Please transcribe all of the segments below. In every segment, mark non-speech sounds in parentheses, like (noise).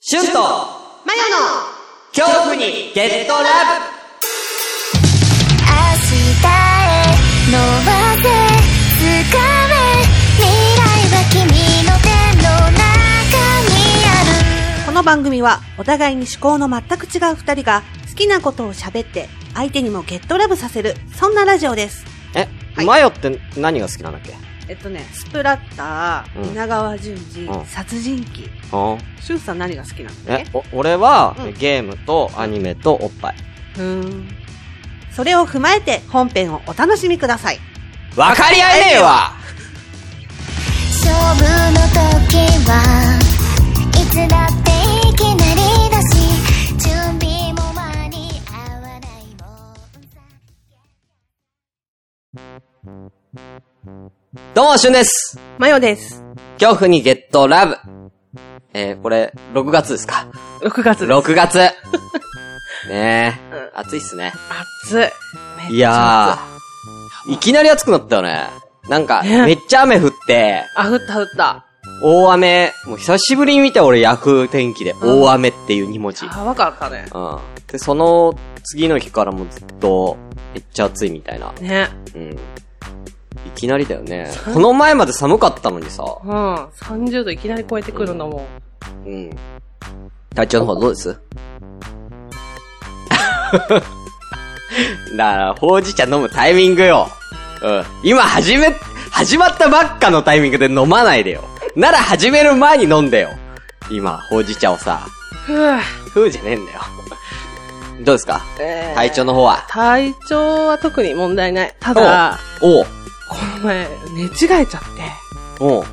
シュンとマヨの恐怖にゲットラブ明日へ伸ばせ掴め未来は君の手の中にあるこの番組はお互いに思考の全く違う二人が好きなことを喋って相手にもゲットラブさせるそんなラジオですえ、はいマヨって何が好きなんだっけえっとねスプラッタうんー稲川淳二、うん殺人鬼あシュンさん何が好きなのえね、お俺は、うんゲームとアニメとおっぱい。ふーんそれを踏まえて本編をお楽しみくださいわかり合えねえわ勝負の時はいつだっていきなりだし準備も間に合わないもんさどうも、シュンですマヨです恐怖にゲットラブえー、これ、6月ですか6月 ?6 (laughs) 月ねうえ、暑いっすね。暑いいやー、いきなり暑くなったよね。なんか、ねめっちゃ雨降って、あ降った降った大雨、もう久しぶりに見た俺、ヤフー天気で、うん大雨っていう2文字。やばかったねうん。で、その次の日からもずっと、めっちゃ暑いみたいな。ねうん。いきなりだよね。この前まで寒かったのにさ。うん30度いきなり超えてくるのもうん。体調の方どうです (laughs) だから、ほうじ茶飲むタイミングよ。うん。今、始め、始まったばっかのタイミングで飲まないでよ。なら始める前に飲んでよ。今、ほうじ茶をさ、ふぅ、ふうじゃねえん (laughs) だよ。どうですかえー体調の方は。体調は特に問題ない。ただ、おう。この前、寝違えちゃって、おう。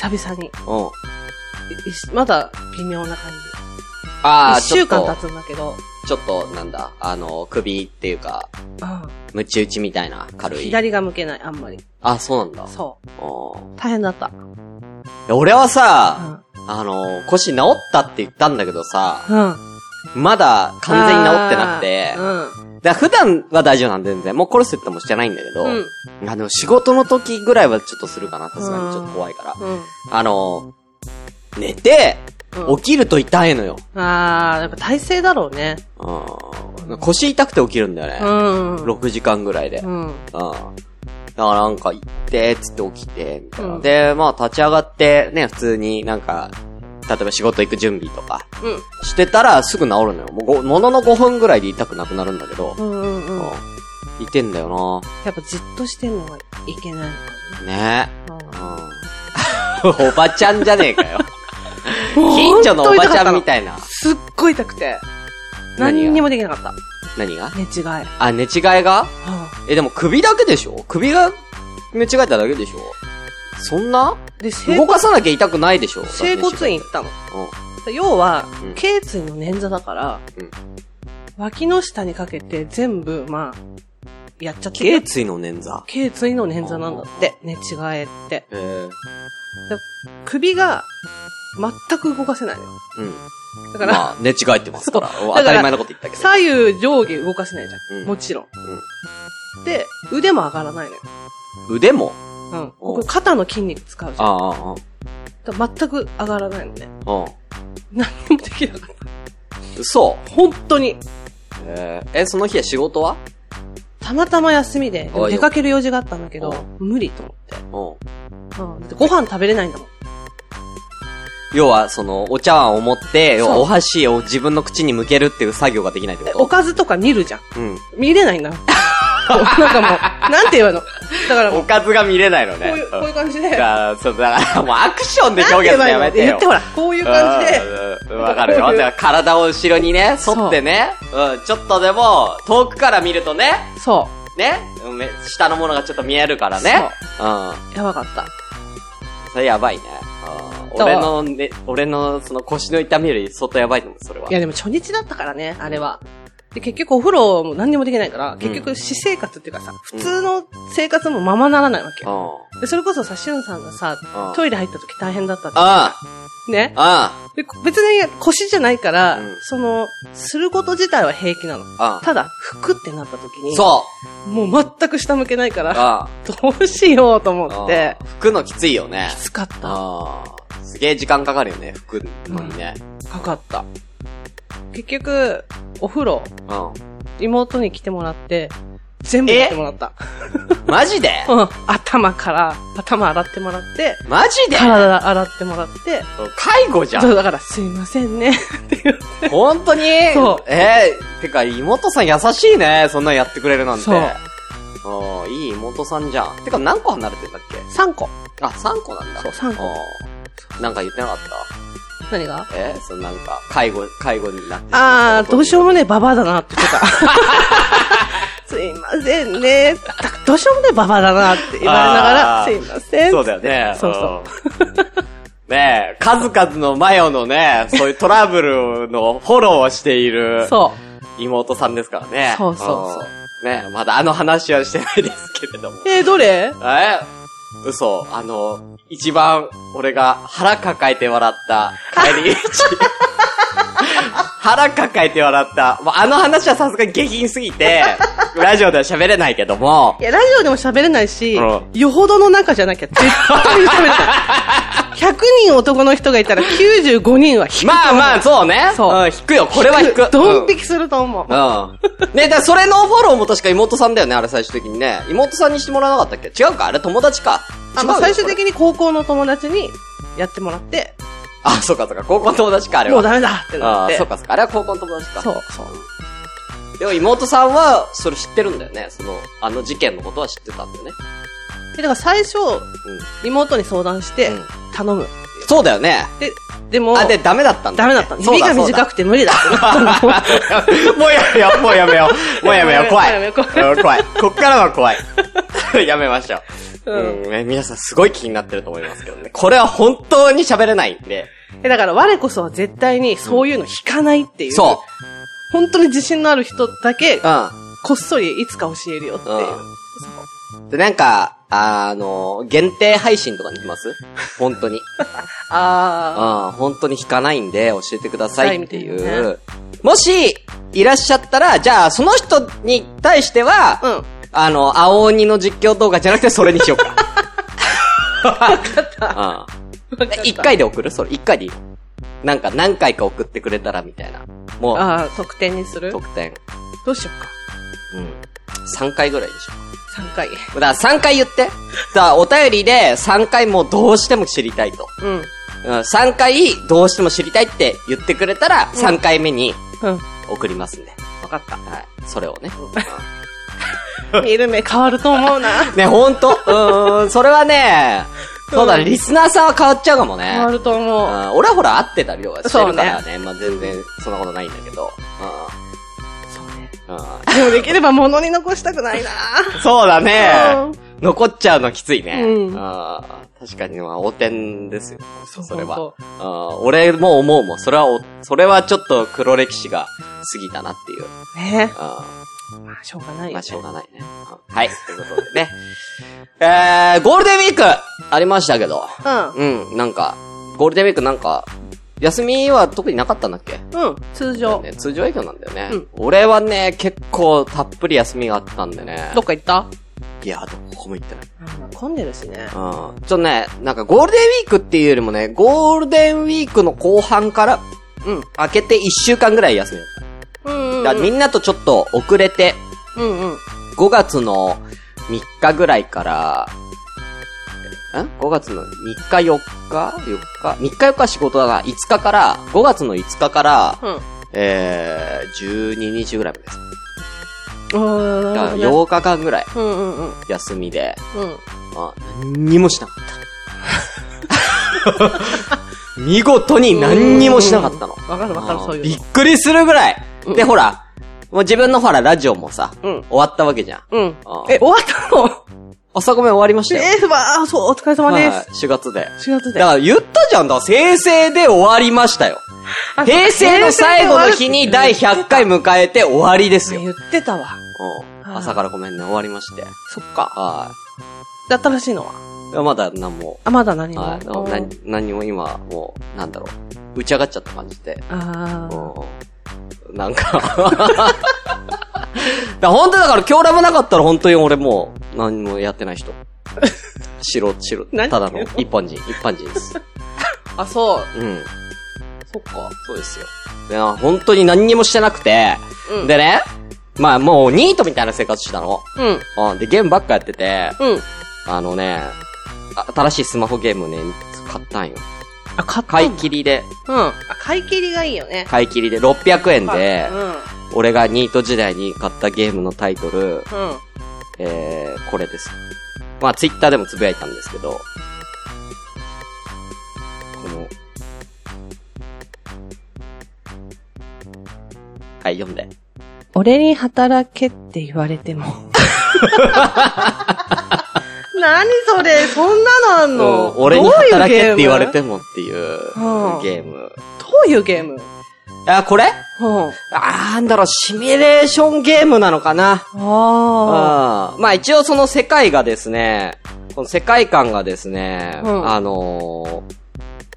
久々に。おう。いいしまだ微妙な感じ。ああ、一週間ちょ経っつんだけど、と、ちょっと、なんだ、あの、首っていうか、うん、ムチ打ちみたいな、軽い。左が向けない、あんまり。あ、そうなんだ。そう。おー大変だった。いや俺はうさ、ん。あの、腰治ったって言ったんだけどさ、うん。まだ完全に治ってなくて、あだから普段は大丈夫なんで全然、もうコルセットもしてないんだけど、ーうん。あの、仕事の時ぐらいはちょっとするかな、さすがにちょっと怖いから。うん。あの、寝て、うん。起きると痛いのよ。あー、やっぱ体勢だろうね。うん、腰痛くて起きるんだうよね。ん。うん。 6時間ぐらいで。うん。うん。だからなんか、行って、つって起きて、みたいな。うんで、まあ立ち上がって、ね、普通になんか、例えば仕事行く準備とか、うん。してたらすぐ治るのよ。もうご、ものの5分ぐらいで痛くなくなるんだけど、うんうんうん。うん。いてんだよやっぱじっとしてんのがいけないなのねかな。うんえ。うん。お (laughs) ばちゃんじゃねえか (laughs) よ。近所のおばちゃんみたいな。すっごい痛くて。何が何にもできなかった。何が寝違え。あ、寝違いがえ、でも首だけでしょ首が寝違えただけでしょそんなで、整動骨かさなきゃ痛くないでしょ整骨院行ったの。うん。要はうん、頸椎の捻挫だから、うん脇の下にかけて全部、まあ、やっちゃって頸る。椎の捻挫。頸椎の捻挫なんだって。寝違えって。へえ。首が、全く動かせないのよ。うん。だから、まあ、寝違えてます (laughs) から。う当たり前のこと言ったけど。左右上下動かせないじゃん。うんもちろん。で、腕も上がらないのよ。腕もうん。ここ肩の筋肉使うじゃん。ああ、あだから全く上がらないのね。あ、うん。何もできなかっそた。本当に。う。えーえ、その日は仕事はたまたま休みで、であもいいよ出かける用事があったんだけどあ、無理と思って。うん。うん。だってご飯食べれないんだもん。要は、その、お茶碗を持って、要はそうお箸を自分の口に向けるっていう作業ができないってでこおとかずとか見るじゃん。うん。見れない (laughs) んだもん。なんかもう、なんて言うの。だからもおう、こかずが見れないのうね。いう、こういう感じだで。なから、そう、だから、もうアクションでんて表言現えするのばいいやのめってて言よって。ほら、こういう感じで。うんわかるよ。だから体を後ろにね、そう反ってね。うん、ちょっとでも、遠くから見るとね、そね、うんめ下のものがちょっと見えるからね。うん。う。やばかった。それやばいね。うんそう。俺のね、俺のその腰の痛みより相当やばいと思う、それはいやでも初日だったからね、あれは。で、結局お風呂も何にもできないから、結局私生活っていうかさ、普通の生活もままならないわけうよ。ん。で、それこそさ、しゅんさんがさ、うん。トイレ入った時大変だったってあね。あ、うん。で別に腰じゃないから、うんその、すること自体は平気なの。あただ、服ってなった時に、そうもう全く下向けないかう。ら、あどうしようと思あ。って、服のきついよねき。つかった。ああ。すげえ時間かかるよね、拭くのにね。かかった。結局、お風呂、うん。妹に来てもらって、全部やってもらった。マジでうん。頭から、頭洗ってもらって、マジで体洗ってもらって、介護じゃ。そうんだから、すいませんね。本当にそうえー、てか、妹さん優しいね。そんなんやってくれるなんて。そうあーいい妹さんじゃん。てか、何個離れてんだっけ3個。あ、3個なんだ。そう三個あー。なんか言ってなかっ何がたえー、そのなんか、介護、介護になってしまったあー、ことどうしようもねえババアだなって言っ (laughs) てた。すいませんね。どうしようもねえババアだなって言われながら、あすいーません。そうだよね。。そうそう。ねえ、数々のマヨのね、そういうトラブルのフォローをしていうるそう。妹さんですからね。そうそうそううん。ねえ、まだあの話はしてないですけれども。えー、どえれ嘘。あの、一番俺が腹抱えて笑った帰 (laughs) り道。腹抱えて笑った。もうあの話はさすがに下品すぎて、ラジオでは喋れないけどもい。や、ラジオでも喋れないし、うんよほどの中じゃなきゃ絶対 (laughs) に喋れない。100人男の人がいたら95人は引くと思う。まあまあ、そうね。、そうん引くよ。これは引く。 (laughs) ドン引きすると思う。うん。うん。ね、だからそれのフォローも確か妹さんだよね、あれ最終的にね。妹さんにしてもらわなかったっけ違うかあれ友達か。あまあ違うよ最終これ的に高校の友達にやってもらって、あ、そうかそうか。高校の友達か、あれは。もうダメだってなあっあ、て。そうかそうか。あれは高校の友達か。そううん。でも妹さんは、それ知ってるんだよね。その、あの事件のことは知ってたんだよね。でだから最初、妹に相談してうん、頼む。そうだよね。で、でも、あ、で、ダメだったんだダよメね、だったの。指が短くくて無理だってなったの。 (laughs) もうやめよう、もうやめよう。もうや (laughs) めよう、怖もうやめよい。う怖いうん怖い。こっからは怖い。 (laughs) やめましょう。うんうんね皆さんすごい気になってると思いますけどね。これは本当に喋れないんで。えだから我こそは絶対にそういうの引かないっていう。そ本当に自信のある人だけう。、うん。こっそりいつか教えるよっていう。で、なんか、あの、限定配信とかにします本当に。あああ、本当に引かないんで教えてくださいっていはいみたいなう。もし、いらっしゃったら、じゃあ、その人に対しては、あ。うん。あの、青鬼の実況動画じゃなくてそれにしようか。わかった。一回で送るそれ、一回でいいなんか何回か送ってくれたらみたいな。もう、ああ、得点にする得点。どうしようか。うん。3回ぐらいでしょ。 3回。だから3回言って。だからお便りで3回もうどうしても知りたいと。うん。うん、3回どうしても知りたいって言ってくれたら、3回目にうん。送りますんで。わかった。はい。それをね。見る目変わると思うな。 (laughs) (laughs) ね、ほんと。うーん、それはね、 (laughs) そうだね、リスナーさんは変わっちゃうかもね変。わるとう思う。ん、俺はほら、会ってたりとかしてるからね。まあ全然、そんなことないんだけど。そうね。うん。うん。でもできれば物に残したくないな。そうだうねん。残っちゃうのきついね。うんうん。確かに、まあ、お点ですよ。そうそれは。そううん。俺も思うもん。それはお、それはちょっと黒歴史が過ぎたなっていう。ね。うん。まあ、しょうがないよね。まあ、しょうがないね。はい。ということでね。 (laughs) えー、ゴールデンウィークありましたけど。うん。うん、なんか、ゴールデンウィークなんか、休みは特になかったんだっけうん、通常。ね、通常営業なんだよね、うん俺はね、結構たっぷり休みがあったんでねど。っか行ったいや、どこも行ってない。混んでるしうね。ん。ちょっとね、なんかゴールデンウィークっていうよりもね、ゴールデンウィークの後半から、うん。明けて1週間ぐらい休みだった。うん、だからみんなとちょっと遅れて、うんうん。 5月の3日ぐらいから、ん ?5 月の3日4日 ?4 日 ?3 日4日仕事だが、5日から、5月の5日から、うん。えー、12日ぐらいまでです。だからあ8日間ぐらいうんうんうん。休みで、うん。まあ、何にもしなか (laughs) った。見事に何にもしなかったの。わかるわかる、そうびいっうの。くりするぐらい、うんで、ほら、もう自分のほら、ラジオもさ、うん終わったわけじゃん。うんあ。ーえ、終わったの朝ごめん終わりましたよ。えー、わあ、そう、お疲れ様ではい、4月で。す。4だ月で。から言ったじゃんだ。平成で終わりましたよ。あ平成の最後の日に第100回迎えて終わりですあよ。言ってたわ。うんはい朝からごめんね、終わりまして。そっか。は。で、新しいのはいまだ何も、あ、まだ何も。はい。でも何何も今、もう、なんだろう。打ち上がっちゃった感じで。あーうんなんか (laughs) だ。本当だから、今日ラブなかったら本当に俺もう、何もやってない人。白、白、何ただの一般人、一般人です。あ、そう。うん。そっか。そうですよ。いや、本当に何にもしてなくて、うんでね、まあもうニートみたいな生活してたの。うん。うん、で、ゲームばっかやってて、うん。あのね、あ新しいスマホゲームね、買ったんよ。あ、買っ買いうん。切りで、あ、買い切りがいいよね。買い切りで600円でう、ん。俺がニート時代に買ったゲームのタイトル、うん。えー、これです。まあ、ツイッターでもつぶやいたんですけど、この、はい、読んで。俺に働けって言われても。 (laughs) 何それそんなのあんの俺に働けって言われても。もっていううんゲーム。どういうゲームあ、これうん。ああーなんだろう、シミュレーションゲームなのかな。ああまあ一応その世界がですね、この世界観がですね、うんあの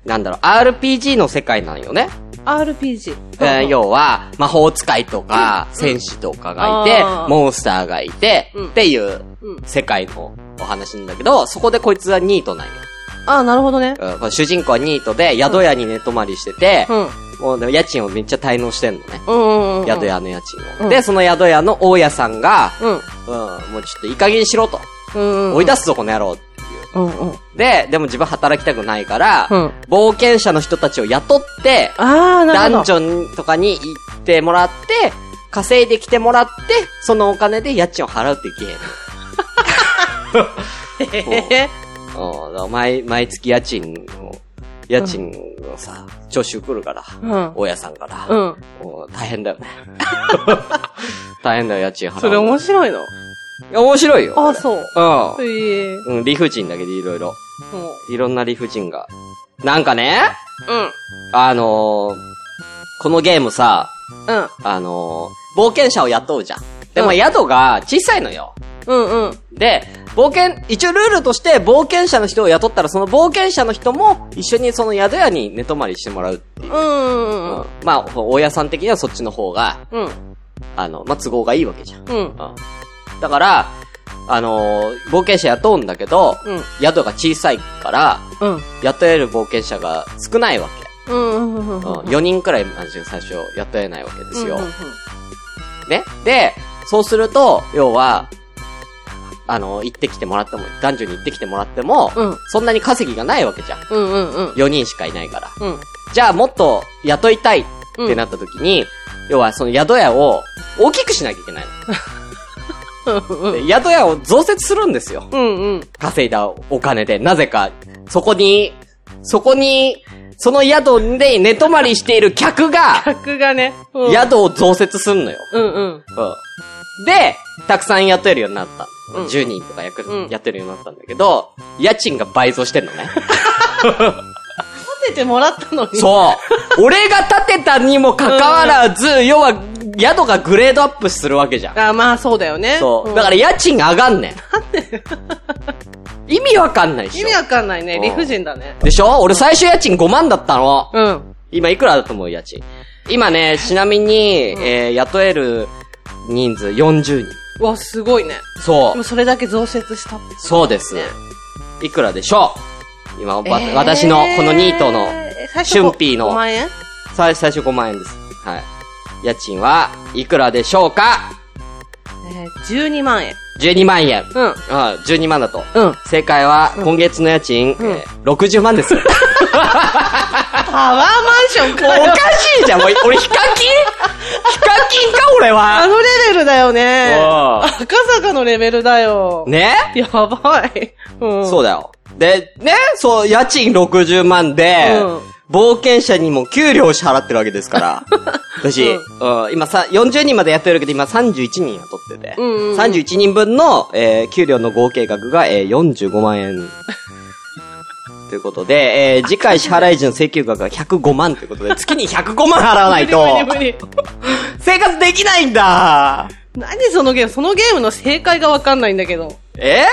ー、なんだろう、RPG の世界なんよね。ー。RPG。えーよ。要は、魔法使いとか、戦士とかがいてあー、モンスターがいてうん、っていううん。世界のお話なんだけど、そこでこいつはニートなんよ。ああ、なるほどね。うんこの主人公はニートで、宿屋に寝泊まりしててう、ん。もうでも家賃をめっちゃ滞納してんのね。うん。うん。宿。屋の家賃うを。んで、その宿屋の大家さんが、うん。うん、もうちょっといい加減にしろと。うん。追い出すぞ、この野郎。うんうん。で、でも自分働きたくないから、うん冒険者の人たちを雇って、ああ、なダるほど。ンジョンとかに行ってもらって、稼いできてもらって、そのお金で家賃を払うっていうゲーム。うんえだから毎、毎月家賃を、家賃をさ、徴収来るから、うん大家さんから、うん。もう大変だ (laughs) よね。大変だよ、家賃払うの。それ面白いの。いや面白いよ。ああ、そう。う。ええ。うん。うん、理不尽だけどいろいろ。もう。いろんな理不尽が。なんかね、うん。あのー、このゲームさ、うん。あのー、冒険者を雇うじゃん。でもうん宿が小さいのよ。うんうん。で、冒険、一応ルールとして冒険者の人を雇ったら、その冒険者の人も一緒にその宿屋に寝泊まりしてもらうっていう。うんうんうんまあ、大家さん的にはそっちの方が、うん。あの、まあ、都合がいいわけじゃん。うん。うん。うんだから、あのー冒険者雇うんだけど、うん宿が小さいから、うん。雇える冒険者が少ないわけ。うんうんうんうん、うん。 4人くらいまでしか最初雇えないわけですよ。うんうんね。で、そうすると、要は、あの、行ってきてもらっても、男女に行ってきてもらっても、うんそんなに稼ぎがないわけじゃん。うんうんうん4人しかいないから。うん。じゃあもっと雇いたいってなった時に、要はその宿屋を大きくしなきゃいけないの。で宿屋を増設するんですよ。うんうん。稼いだお金で、なぜか、そこに、そこに、その宿で寝泊まりしている客が、客がね。うん。宿を増設すんのよ。うんうん。うん。で、たくさん雇えるようになった。うん10人とかやく、うんやってるようになったんだけど、家賃が倍増してんのね。立ててもらったのに。 (laughs) そう。俺が建てたにもかかわらず、要は、宿がグレードアップするわけじゃん。あ、まあそうだよね。そう。んだから家賃が上がんねん。意味わかんないでし意ょ味。わかんないね。うん理不尽だね。でしょ俺最初家賃5万だったの。うん。今いくらだと思う家賃。今ね、ちなみに、えー、雇える人数40人。うわ、すごいね。そでうも。それだけ増設したってことそうですね。いくらでしょう今、わえー私の、このニートの、え最初こ春辟の5万円最最初5万円です。はい。家賃はいくらでしょうかえー、12万円。 ?12 万円。うん。ああ12万だと。うん。正解は、今月の家賃、えー60万です。パワーマンションおかよかしいじゃんもう俺、ヒカキンヒカキンか俺あ (laughs) はのレベルだよね。お赤坂のレベルだよう。。ねやばい。うん。そうだよ。で、ね、そう、家賃60万で、うん冒険者にも給料を支払ってるわけです (laughs) から。私、うん今さ、40人までやってるけど、今31人雇ってて。んうんうん31人分の、えー給料の合計額が、えー45万円。ということで、え (laughs) ー次回支払い時の請求額が105万ということで、月に105万払わないと、無理無理無理生活できないんだ何そのゲームそのゲームの正解がわかんないんだけど。え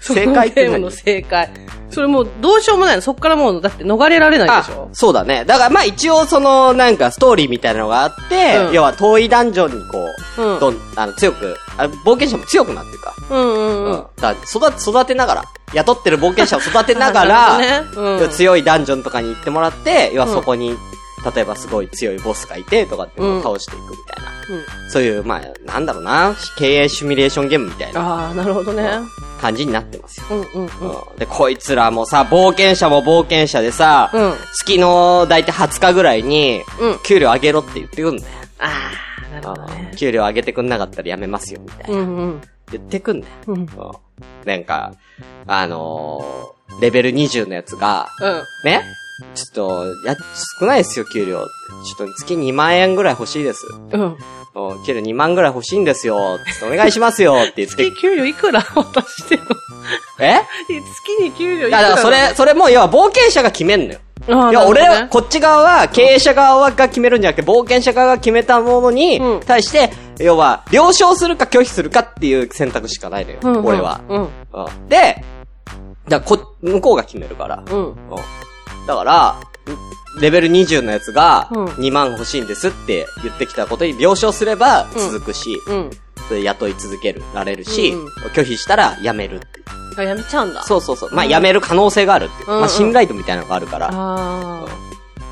正解っそのてゲーム何の正解。それもうどうしようもないの。そっからもうだって逃れられないでしあょ。そうだね。だからまあ一応そのなんかストーリーみたいなのがあって、うん要は遠いダンジョンにこう、うんどんあの強くあ、冒険者も強くなってるか。うんうんうん。だ育て、育てながら、雇ってる冒険者を育てながあ (laughs) なら、るほどねうん強いダンジョンとかに行ってもらって、要はうんそこに、例えばすごい強いボスがいて、とかっていうのを倒していくみたいな。そういう、まあ、なんだろうな、経営シミュレーションゲームみたいなああ、なるほどね。感じになってますよ。うんうんうん。うんで、こいつらもさ、冒険者も冒険者でさ、うん月の大体20日ぐらいにうん、 (laughs) 給料上げろって言ってくんだよ。ああ、なるほどうねん。給料上げてくんなかったらやめますよ、みたいな。うんうん。言ってくんだよ。うん。うん。うんなんか、あのーレベル20のやつが、ねちょっと、や、少ないですよ、給料。ちょっと月2万円ぐらい欲しいです。うん。うん給料2万ぐらい欲しいんですよ。つってお願いしますよ。って言っ月て。給料いくら渡してんのえ (laughs) 月に給料いくだらからそれ、それも要は冒険者が決めんのよ。ああいや、俺なるほどねは、こっち側は、経営者側が決めるんじゃなくて、冒険者側が決めたものにうん、対して、要は、了承するか拒否するかっていう選択しかないのよ、うんうん俺は。うん。うんで、だからこ、向こうが決めるから。うん。うんだから、レベル20のやつが、うん2万欲しいんですって言ってきたことに了承すれば続くし、うん。それ雇い続けられるし、うんうん拒否したら辞めるっていうあ、やめちゃうんだ。う。そうそうそう。まあ、辞める可能性があるっていう。うんうんまあ、信頼度みたいなのがあるから。あ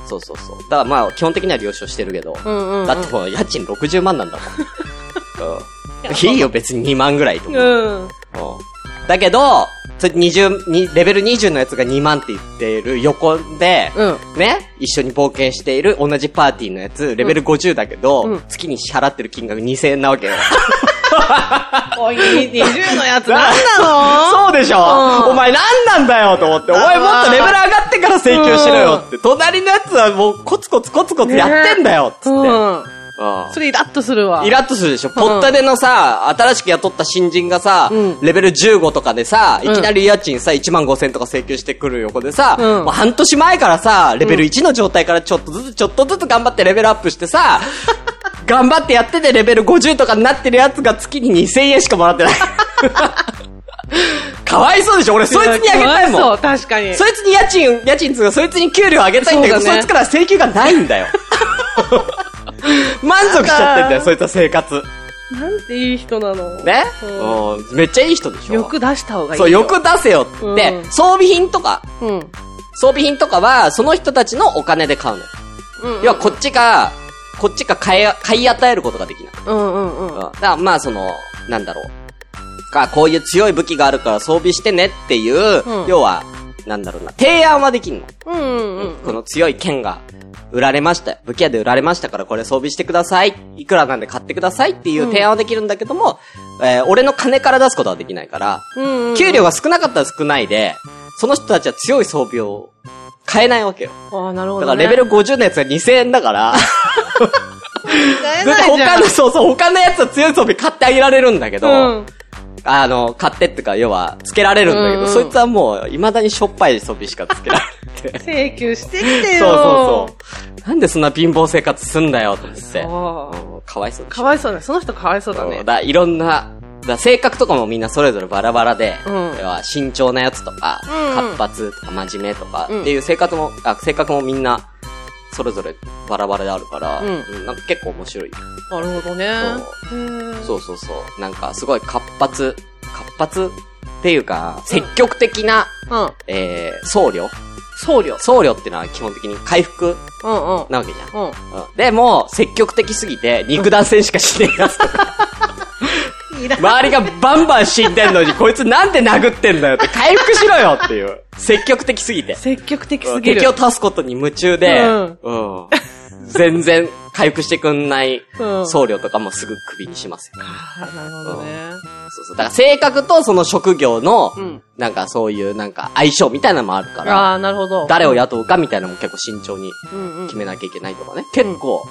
そうそうそう。だからまあ、基本的には了承してるけど。あ。うんうんうん。だってもう、家賃60万なんだもん。うん、いいよ、別に2万ぐらいと思う。うん。うんだけど、それ20に、レベル20のやつが2万って言ってる横で、うん。ね、一緒に冒険している同じパーティーのやつ、レベル50だけど、うん月に支払ってる金額2000円なわけよ。おい、20のやつなんなのそうでしょ、うんお前何なんだよと思って、お前もっとレベル上がってから請求しろよって、隣のやつはもうコツコツコツコツやってんだよっつって。うんうん。それイラッとするわ。イラッとするでしょ、ポッタでのさ、新しく雇った新人がさ、うんレベル15とかでさ、いうんきなり家賃さ、1万5千とか請求してくる横でさ、うんもう半年前からさ、レベル1の状態からちょっとずつちょっとずつ頑張ってレベルアップして (laughs) さ、頑張ってやっててレベル50とかになってるやつが月に2000円しかもらって (laughs) ない。かわいそうでしょ俺そいつにあげたいもん。そう、確かに。そいつに家賃、家賃つうか、そいつに給料上げたいんだけど、そうそだねいつから請求がないんだよ。満 (laughs) 足しちゃってんだよ、そいつは生活。なんていい人なの。ね、うんうんめっちゃいい人でしょ。欲出した方がいいよ。そう、欲出せよって、うんで装備品とか、うん。装備品とかは、その人たちのお金で買うのよ。うん。要は、こっちが、こっちが買い、買い与えることができない。うんうんうん。うんだから、まあ、その、なんだろう。か、こういう強い武器があるから装備してねっていう、うん要は、なんだろうな、提案はできんの。うんうんうん。この強い剣が売られました。武器屋で売られましたからこれ装備してください。いくらなんで買ってくださいっていう提案はできるんだけども、えー俺の金から出すことはできないから、うんうん。給料が少なかったら少ないで、その人たちは強い装備を買えないわけよ。ああ、なるほだど。からレベル50のやつが2000円だから、 (laughs) 変絶対えないじゃ他んの、。そうそう、他のやつは強い装備買ってあげられるんだけど、うん。あの、買ってってか、要は、つけられるんだけど、うんうんそいつはもう、未だにしょっぱい装備しかつけられなくて。請求してきてよ。そうそうそう。なんでそんな貧乏生活すんだよ、と思って。そううんかわいそうでしょかわいそうだね。その人かわいそうだうねん。だいろんな、だ性格とかもみんなそれぞれバラバラで、うん要は慎重なやつとか、うんう活ん発とか真面目とかってうんいう性格も、あ性格もみんな、それぞれバラバラであるから、うんうんなんか結構面白い。なるほどね。うそうそうそう。なんかすごい活発、活発っていうか、積極的な、ん。うん。えー、僧侶僧侶。僧侶ってのは基本的に回復うんうん。なわけじゃん。うん。うんでも、積極的すぎて、肉弾戦しかしねえや (laughs) つとか。いらん周りがバンバン死んでんのに、こいつなんで殴ってんだよって、回復しろよっていう。積極的すぎて。積極的すぎる。敵を倒すことに夢中で、ううんん。全然回復してくんないうん僧侶とかもすぐ首にしますよ。あなるほどね。そうそう。だから性格とその職業のうん、なんかそういうなんか相性みたいなのもあるから、ああ、なるほど。誰を雇うかみたいなのも結構慎重にうんうん決。めなきゃいけないとかね。結構、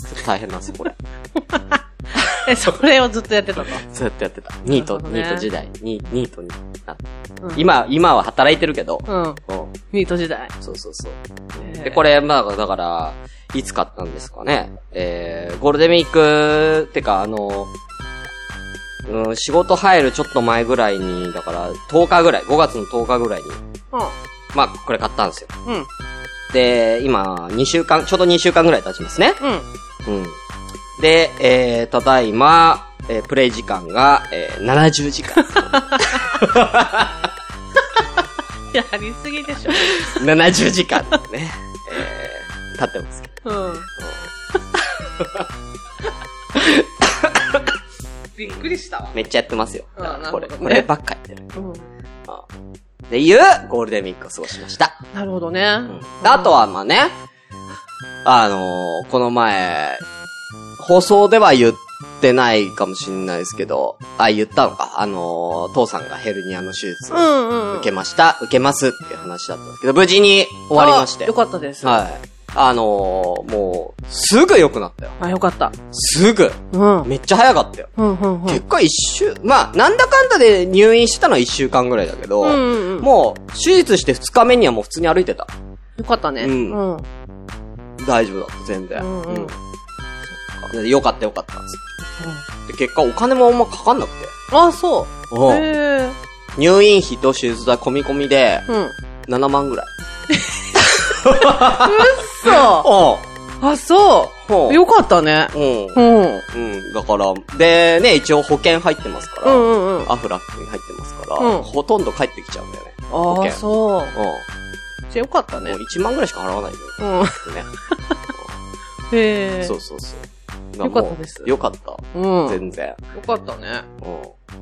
ちょっと大変なんですよ、これ。 (laughs) え、それをずっとやってたと。そうやってやってた。ニート、なるほどニねート時代。ニニートになった。うん今、今は働いてるけど。うん。うんミート時代。そうそうそう。えで、これ、まあ、だから、いつ買ったんですかね。えー、ゴールデンウィーク、てか、あの、うん、仕事入るちょっと前ぐらいに、だから、10日ぐらい、5月の10日ぐらいに、まあ、これ買ったんですよ。うん。うん。で、今、2週間、ちょうど2週間ぐらい経ちますね。うん。うん。で、えー、ただいま、えープレイ時間が、えー70時 (laughs) 間。やりすぎでしょ。 70時間ね、えー経ってますけど。うん。びっくりしたわ。めっちゃやってますよ。だからこれ、あなるほこどねればっかやってる。うん。っていうゴールデンウィークを過ごしました。なるほどね。であとは、まあね、あのーこの前、放送では言ってないかもしれないですけど、あ、言ったのか。あのー父さんがヘルニアの手術うをんうん。受けました、受けますっていう話だったんですけど、無事に終わりまして。あよかったです。はい。あのーもう、すぐ良くなったよ。あ、よかった。すぐ。うん。うんめっちゃ早かったよ。うんうん。結果一週、まあ、なんだかんだで入院したのは一週間ぐらいだけど、うんうんうん。もう、手術して二日目にはもう普通に歩いてた。よかったね。うんうん。大丈夫だった、全然。うんうんでよかったよかったっつって。で、結果お金もあんまかかんなくて。あ、そうう。んへえ。入院費と手術代込み込みで、 (laughs) うん。 7万ぐらい。そう。うあ、そほうう。よかったね。ん。うん。うん。うんうん。だから、で、ね、一応保険入ってますかうら、んうん。あアフラックに入ってますから、うんほとんど返ってきちゃうんだよね。ー、そう。じゃあよかったうん。ねもう。1万ぐらいしか払わないんだようん。ね。へえ。そうそうそう。よかったですよかった。うん。よ全然。かったね。うん。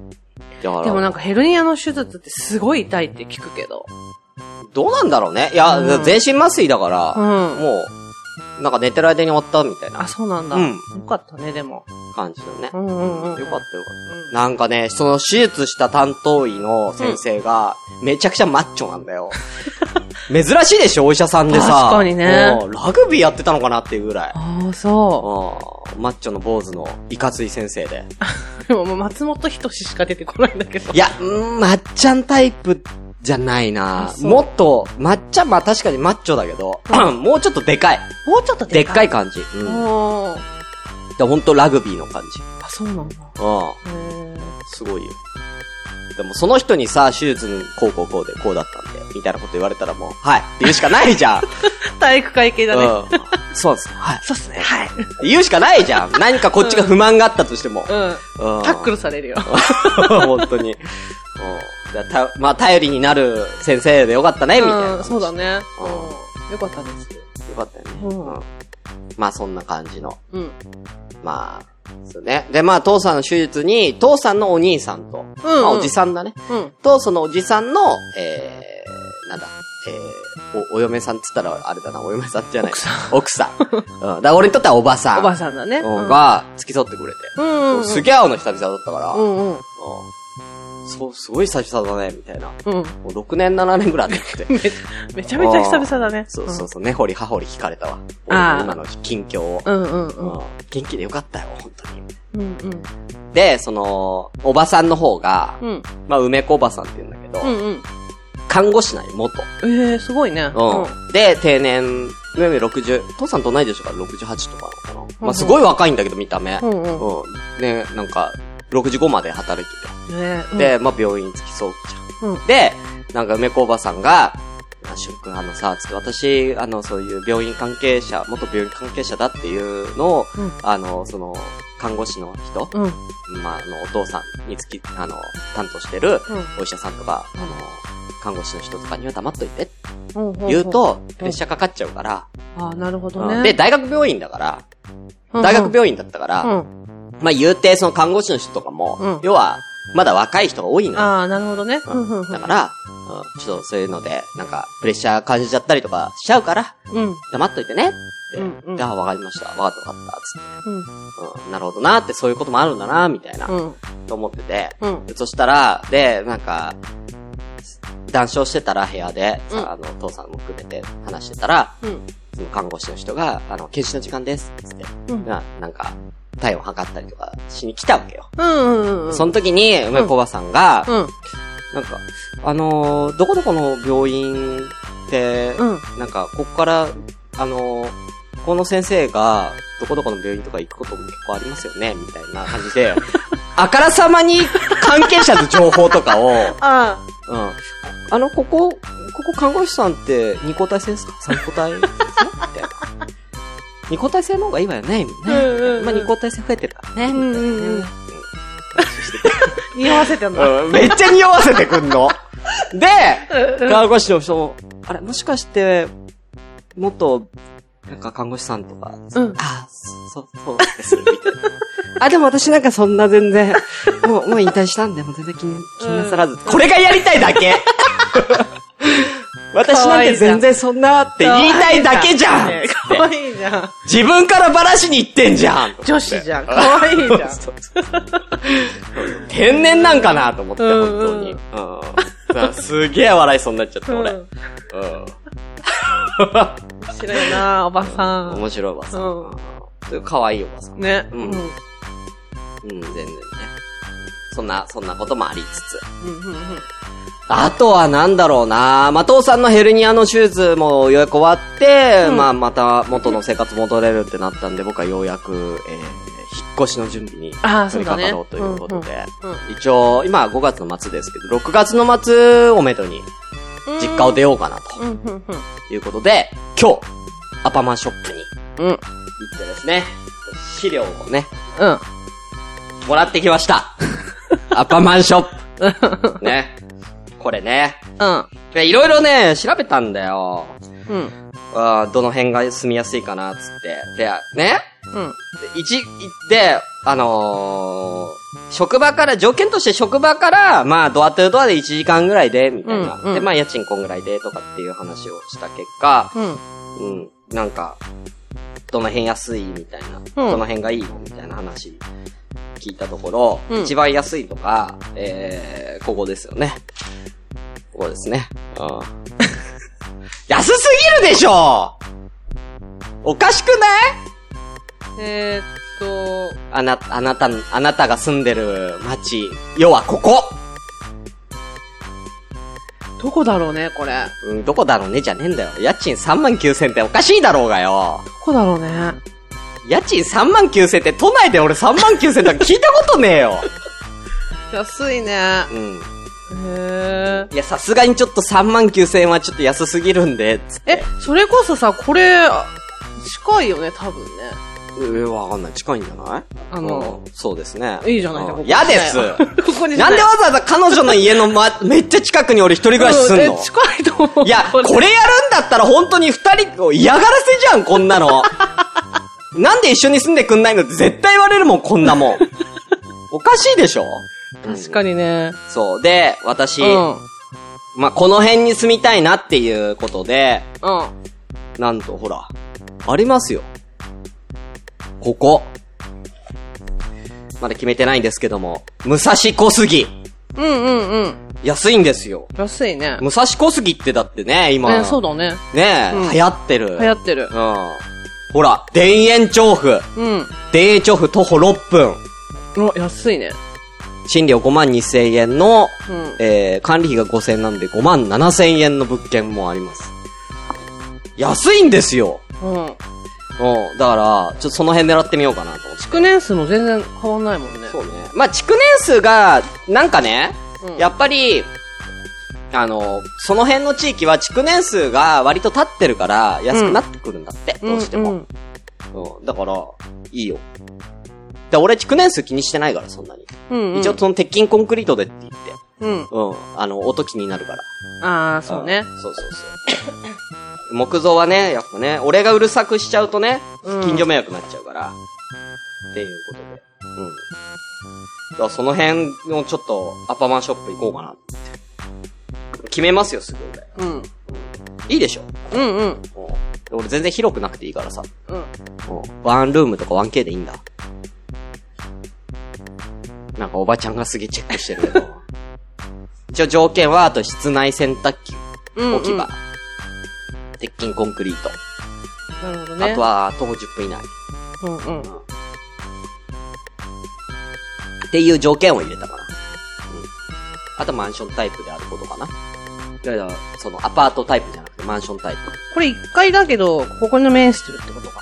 だからでもなんかヘルニアの手術ってすごい痛いって聞くけど。どうなんだろうね。いや、うん全身麻酔だから、うん。もう、なんか寝てる間に終わったみたいなあ、そうなんだ。うんよかったね、でも。感じのね。うんうんうん。よかったよかった。なんかね、その手術した担当医の先生が、めちゃくちゃマッチョなんだよ。 (laughs) 珍しいでしょ、お医者さんでさ。確かにねうんラグビーやってたのかなっていうぐらい。ああ、そうんマッチョの坊主のいかつい先生で。う。でももう松本人志しか出てこないんだけど。いや、うんまっちゃんタイプじゃないなあ。そうもっと、まっちゃん、まあ確かにマッチョだけど、 (clears throat) もうちょっとでかい。もうちょっとでっかい。い感じ。うん。だかおーらほんとラグビーの感じ。あ、そうなうんだ。ん。へーすごいよ。でもその人にさ、手術にこうこうこうでこうだったんで、みたいなこと言われたらもう、はいって言うしかないじゃ (laughs) ん。体育会系だね。うん。そうです。はい。そうっすね。はい。言うしかないじゃん。何かこっちが不満があったとしても。うん。うん。タックルされるよ。本当に。うん。だたまあ、頼りになる先生でよかったね、みたいな。うん、そうだよね。ううん。よかったです。かったよね。うんうん。まあ、そんな感じの。うん。まあ、そうね。で、まあ、父さんの手術に、父さんのお兄さんと、うんうんまあ、おじさんだね。うん。と、そのおじさんの、えー、なんだ、えー、お、お嫁さんっつったらあれだな、お嫁さんじゃない。奥さん。奥さん。うん。だから俺にとってはおばさん。おばさんだね。うん。が、付き添ってくれて。うんうんうん。すげえ会うの久々だったから、ううん。んうん。そう、すごい久々だね、みたいな。もうん。 (laughs) う6年、7年ぐらい経ってて。めめちゃめちゃ久々だね。。そうそううんそう、根掘り葉掘り聞かれたわ。俺あーの今の近況を。うんうんううんん。。元気でよかったよ、本当に。うんうん。で、その、おばさんの方が、うん。まあ、梅子おばさんって言うんだけど、うんうん。看護師なんよ、元。ええ、すごいね。うん。で、定年、上目60、父さんと同い年だから68とかなのかな。うんまあ、すごい若いんだけど、見た目。ううんうん。ん。ね、なんか、65まで働いてて。ねえ、で、まあ、病院付き添うじゃん。うんで、なんか梅子おばさんが、あ、しゅんくん、あのさ、つって私、あの、そういう病院関係者、元病院関係者だっていうのを、うんあの、その、看護師の人、うん、うん、まあ、あの、お父さんにつき、あの、担当してる、お医者さんとか、あの、看護師の人とかには黙っといてってうん。言う、と、プレッシャーかかっちゃうから、ああ、なるほどうんね。で、大学病院だから、うんうん大学病院だったから、うん。まあ言うて、その看護師の人とかも、うん要は、まだ若い人が多いのよ。ああ、なるほどね。うん、うん、うん。だか、ら、うんちょっとそういうので、なんか、プレッシャー感じちゃったりとかしちゃうから、うん、うん、黙っといてねって。うんうんでああ、わかりました。わかったわかった。つって、うんなるほどなって、そういうこともあるんだなみたいな、うん、と思ってて。うん。そしたら、で、なんか、談笑してたら部屋で、さうんあの、父さんも含めて話してたら、うん、その看護師の人が、あの、検視の時間です。つって。うん、な、なんか、体温測ったりとかしに来たわけよ。うん、うん、うん。その時に、梅子ばさんが、うん、なんか、あのーどこどこの病院って、うん、なんか、ここから、あのーこの先生が、どこどこの病院とか行くことも結構ありますよね、みたいな感じ (laughs) で、あからさまに関係者の情報とかを、あうん。あの、ここ、ここ看護師さんって二個体制ですか三個体ですかみたいな。二個体制の方がいいわよね、みたいなうんうんうんまあ二個体制増えてるからね。あ、うん、うん、うん。うん匂わせてんだ。うんめっちゃ匂わせてくんの。 (laughs) で、看護師の人も、あれ、もしかして、元、なんか看護師さんとか、うんあ、そ、 (laughs) そうです、みたいな。あ、でも私なんかそんな全然、 (laughs) もう、もう引退したんで、もう全然気に、気になさらず、これがやりたいだけ (laughs) 私なんて全然そんなって言いたいだけじゃんねかわいいじゃん。自分からばらしに行ってんじゃん女子じゃん。かわいいじゃん。そうそうそう (laughs) 天然なんかなと思って、うん本当に。うんだからすげえ笑いそうになっちゃった、俺。うん。面白いなおばさん。面白いおばさうんん。可愛いおばさん。ね。ううんん。うんうん、全然ね。そんな、そんなこともありつつ。うんうんあとはなんだろうなまあ、父さんのヘルニアの手術も予約終わって、うんまあ、また元の生活戻れるってなったんで、僕はようやく、えー、引っ越しの準備にああ、そ取うり掛かだね。ろうということで。うんうんうん一応、今は5月の末ですけど、6月の末をめどに実家を出ようかなうんうんということで、今日、アパマンショップにうん。うん。行ってですね、資料をね、うん。もらってきま (laughs) した。アパマンショップ。 (laughs) ね。これね。うん。でいろいろね、調べたんだよ。うん。あーどの辺が住みやすいかな、つって。で、ねうん。で一、いで、あのー職場から、条件として職場から、まあ、ドアトゥードアで1時間ぐらいで、みたいな。うんうんで、まあ、家賃こんぐらいで、とかっていう話をした結果、うん。うん、なんか、どの辺安いみたいな、どの辺がいいのみたいな話聞いたところ、うん一番安いのが、えー、ここですよね。ここですね。うん (laughs) 安すぎるでしょおかしくないえーっと、あな、あなた、あなたが住んでる町、要はここどこだろうね、これ。うん、どこだろうねじゃねえんだよ。家賃3万9千っておかしいだろうがよ。どこだろうね。家賃3万9千って都内で俺3万9千とか聞いたことねえよ。安いね。うん。へえ。いや、さすがにちょっと3万9千はちょっと安すぎるんで、つってえ。、それこそさ、これ、近いよね、多分ね。え、わかんない。近いんじゃないあの、うんそうですね。いいじゃないうんここに嫌 (laughs) です。 (laughs) ここにしないんでわざわざ彼女の家のま、めっちゃ近くに俺一人暮らしすんうのえ近いと思う。いや、これやるんだったら本当に二人を嫌がらせじゃん、こんなの。 (laughs) なんで一緒に住んでくんないのって絶対言われるもん、こんなもん。おかしいでしょ確かにね。そう。で、私、うん。まあ、この辺に住みたいなっていうことで、うん。なんと、ほら、ありますよ。ここ。まだ決めてないんですけども、武蔵小杉。うんうんうん。安いんですよ。安いね。武蔵小杉ってだってね、今。ね、そうだね。ねえ、うん流行ってる。流行ってる。うん。ほら、田園調布。うん。田園調布徒歩6分。お、安いね。賃料5万2千円の、うん。えー、管理費が5千円なんで5万7千円の物件もあります。安いんですよ。うん。うん。だから、ちょっとその辺狙ってみようかなと思って。築年数も全然変わんないもんね。うね。まあ、築年数が、なんかね、うんやっぱり、あの、その辺の地域は築年数が割と経ってるから安くなってくるんだって、どうしても。んんうん、だから、いいよ。で、俺、築年数気にしてないから、そんなに。うん、うん。一応、その鉄筋コンクリートでって言って。うん。うん。あの、音気になるから。ああ、そうね。んそうそうそう。木造はね、やっぱね、俺がうるさくしちゃうとね、うん近所迷惑になっちゃうから。っていうことで。うん。だからその辺のちょっと、アパマンショップ行こうかなって。決めますよ、すぐ俺。うん。いいでしょうんうん。うんで俺全然広くなくていいからさ。うん。ワンルームとか 1K でいいんだ。なんかおばちゃんがすげえチェックしてるけど。一応条件は、あと室内洗濯機、うん。置き場、鉄筋コンクリート。なるほどね。あとは、徒歩10分以内。うんうん。っていう条件を入れたかな。うん。あとマンションタイプであることかな。いやいや、そのアパートタイプじゃなくてマンションタイプ。これ一階だけど、ここに面してるってことか。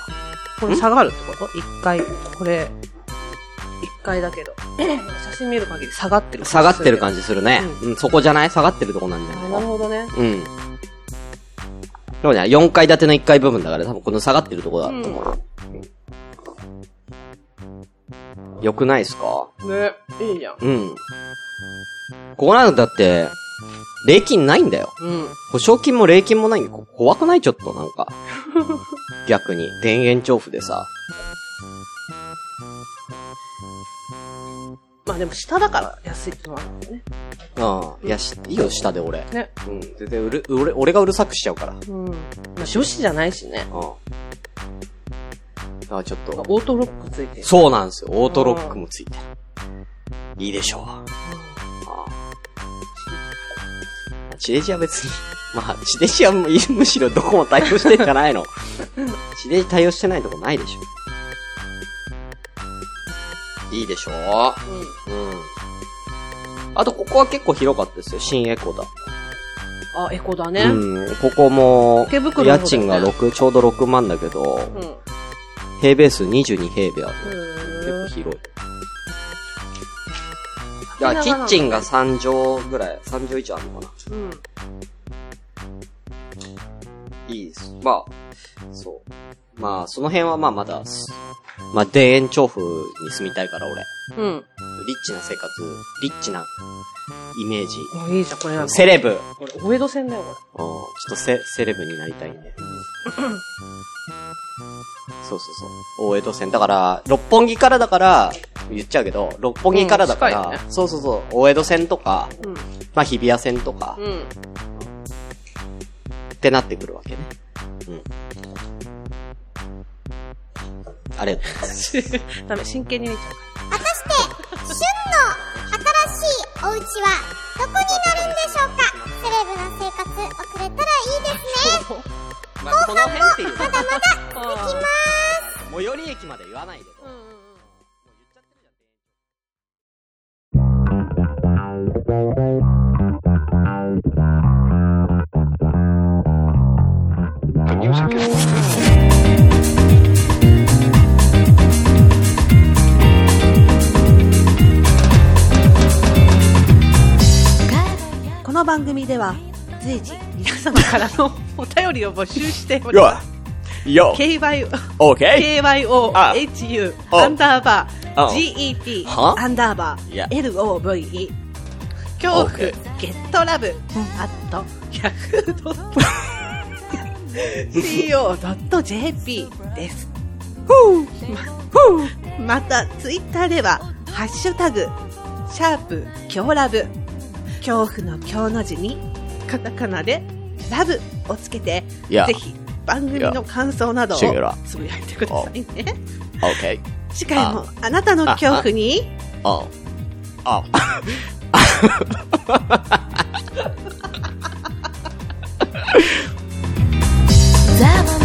これ下がるってこと一階。これ、一階だ (clears throat) けど。写真見る限り下がってる。下がってる感じするね。うん、そこじゃない下がってるとこなんじゃなあいーのなるほどね。うん。でもね、4階建ての1階部分だから多分この下がってるとこだと思うよ。よくないっすかね。いいじゃん。うん。ここなんだって、礼金ないんだよ。うん。保証金も礼金もないんで、こ怖くないちょっとなん (laughs) か。逆に、田園調布でさ。まあでも下だから安いってのはあるんだよね。うん。いや、しいいよ、下で俺。ね。うん。全然うる、俺、俺がうるさくしちゃうから。うん。うん。まあ女子じゃないしね。あ、ちょっと。オートロックついてる。そうなんですよ。オートロックもついてる。いいでしょう。ああチデジは別に。まあ、チデジはむむしろどこも対応してんじゃ (laughs) ないの。チデジ対応してないとこないでしょ。いいでしょう。うん。うん。あと、ここは結構広かったですよ。新エコだ。あ、エコだね。うん。うん。ここも、池袋の家方だよね賃が6、ちょうど6万だけど、平米数22平米ある。う結構ん広い。だからキッチンが3畳ぐらい、3畳以上あるのかな。うん。いいです。まあ、そう。まあ、その辺はまあまだす、まあ、田園調布に住みたいから俺。うん。リッチな生活、リッチなイメージ。もういいじゃん、これなんか。セレブ。うんちこれ、大江戸線だよ、こょっとセ、セレブになりたいんで。そうそうそう。大江戸線。だから、六本木からだから、言っちゃうけど、六本木からだから、うん近いよそうそうそう、大江戸線とか、れ。うん。まあ日比谷線とか、うん。ってなってくるわけね。うん。あれ、ダメ、真剣に見ちゃう。果たして、旬の新しいお家はどこになるんでしょうかセレブな生活送れたらいいですね。まあ、この辺っていうまだまだ最寄り駅まで言わないで。うんうんうん。この番組では随時皆様からのお便りを募集しております。よ KYO、オーケ KYO、あ HU、あアンダーバあー、GEP、はアンダーバいやー、LOVE、恐怖、ゲ OK ットラブ、アット、100.co.jp です。 (laughs) また、ツイッターでは、ハッシュタグ、シャープ、強ラブ、恐怖の強の字に、カタカナで、ラブをつけて、いやぜひ、番組の感想などをシングルはつぶやいてくださいね。ー。オーケー。次回も、あなたの恐怖に、おおざわ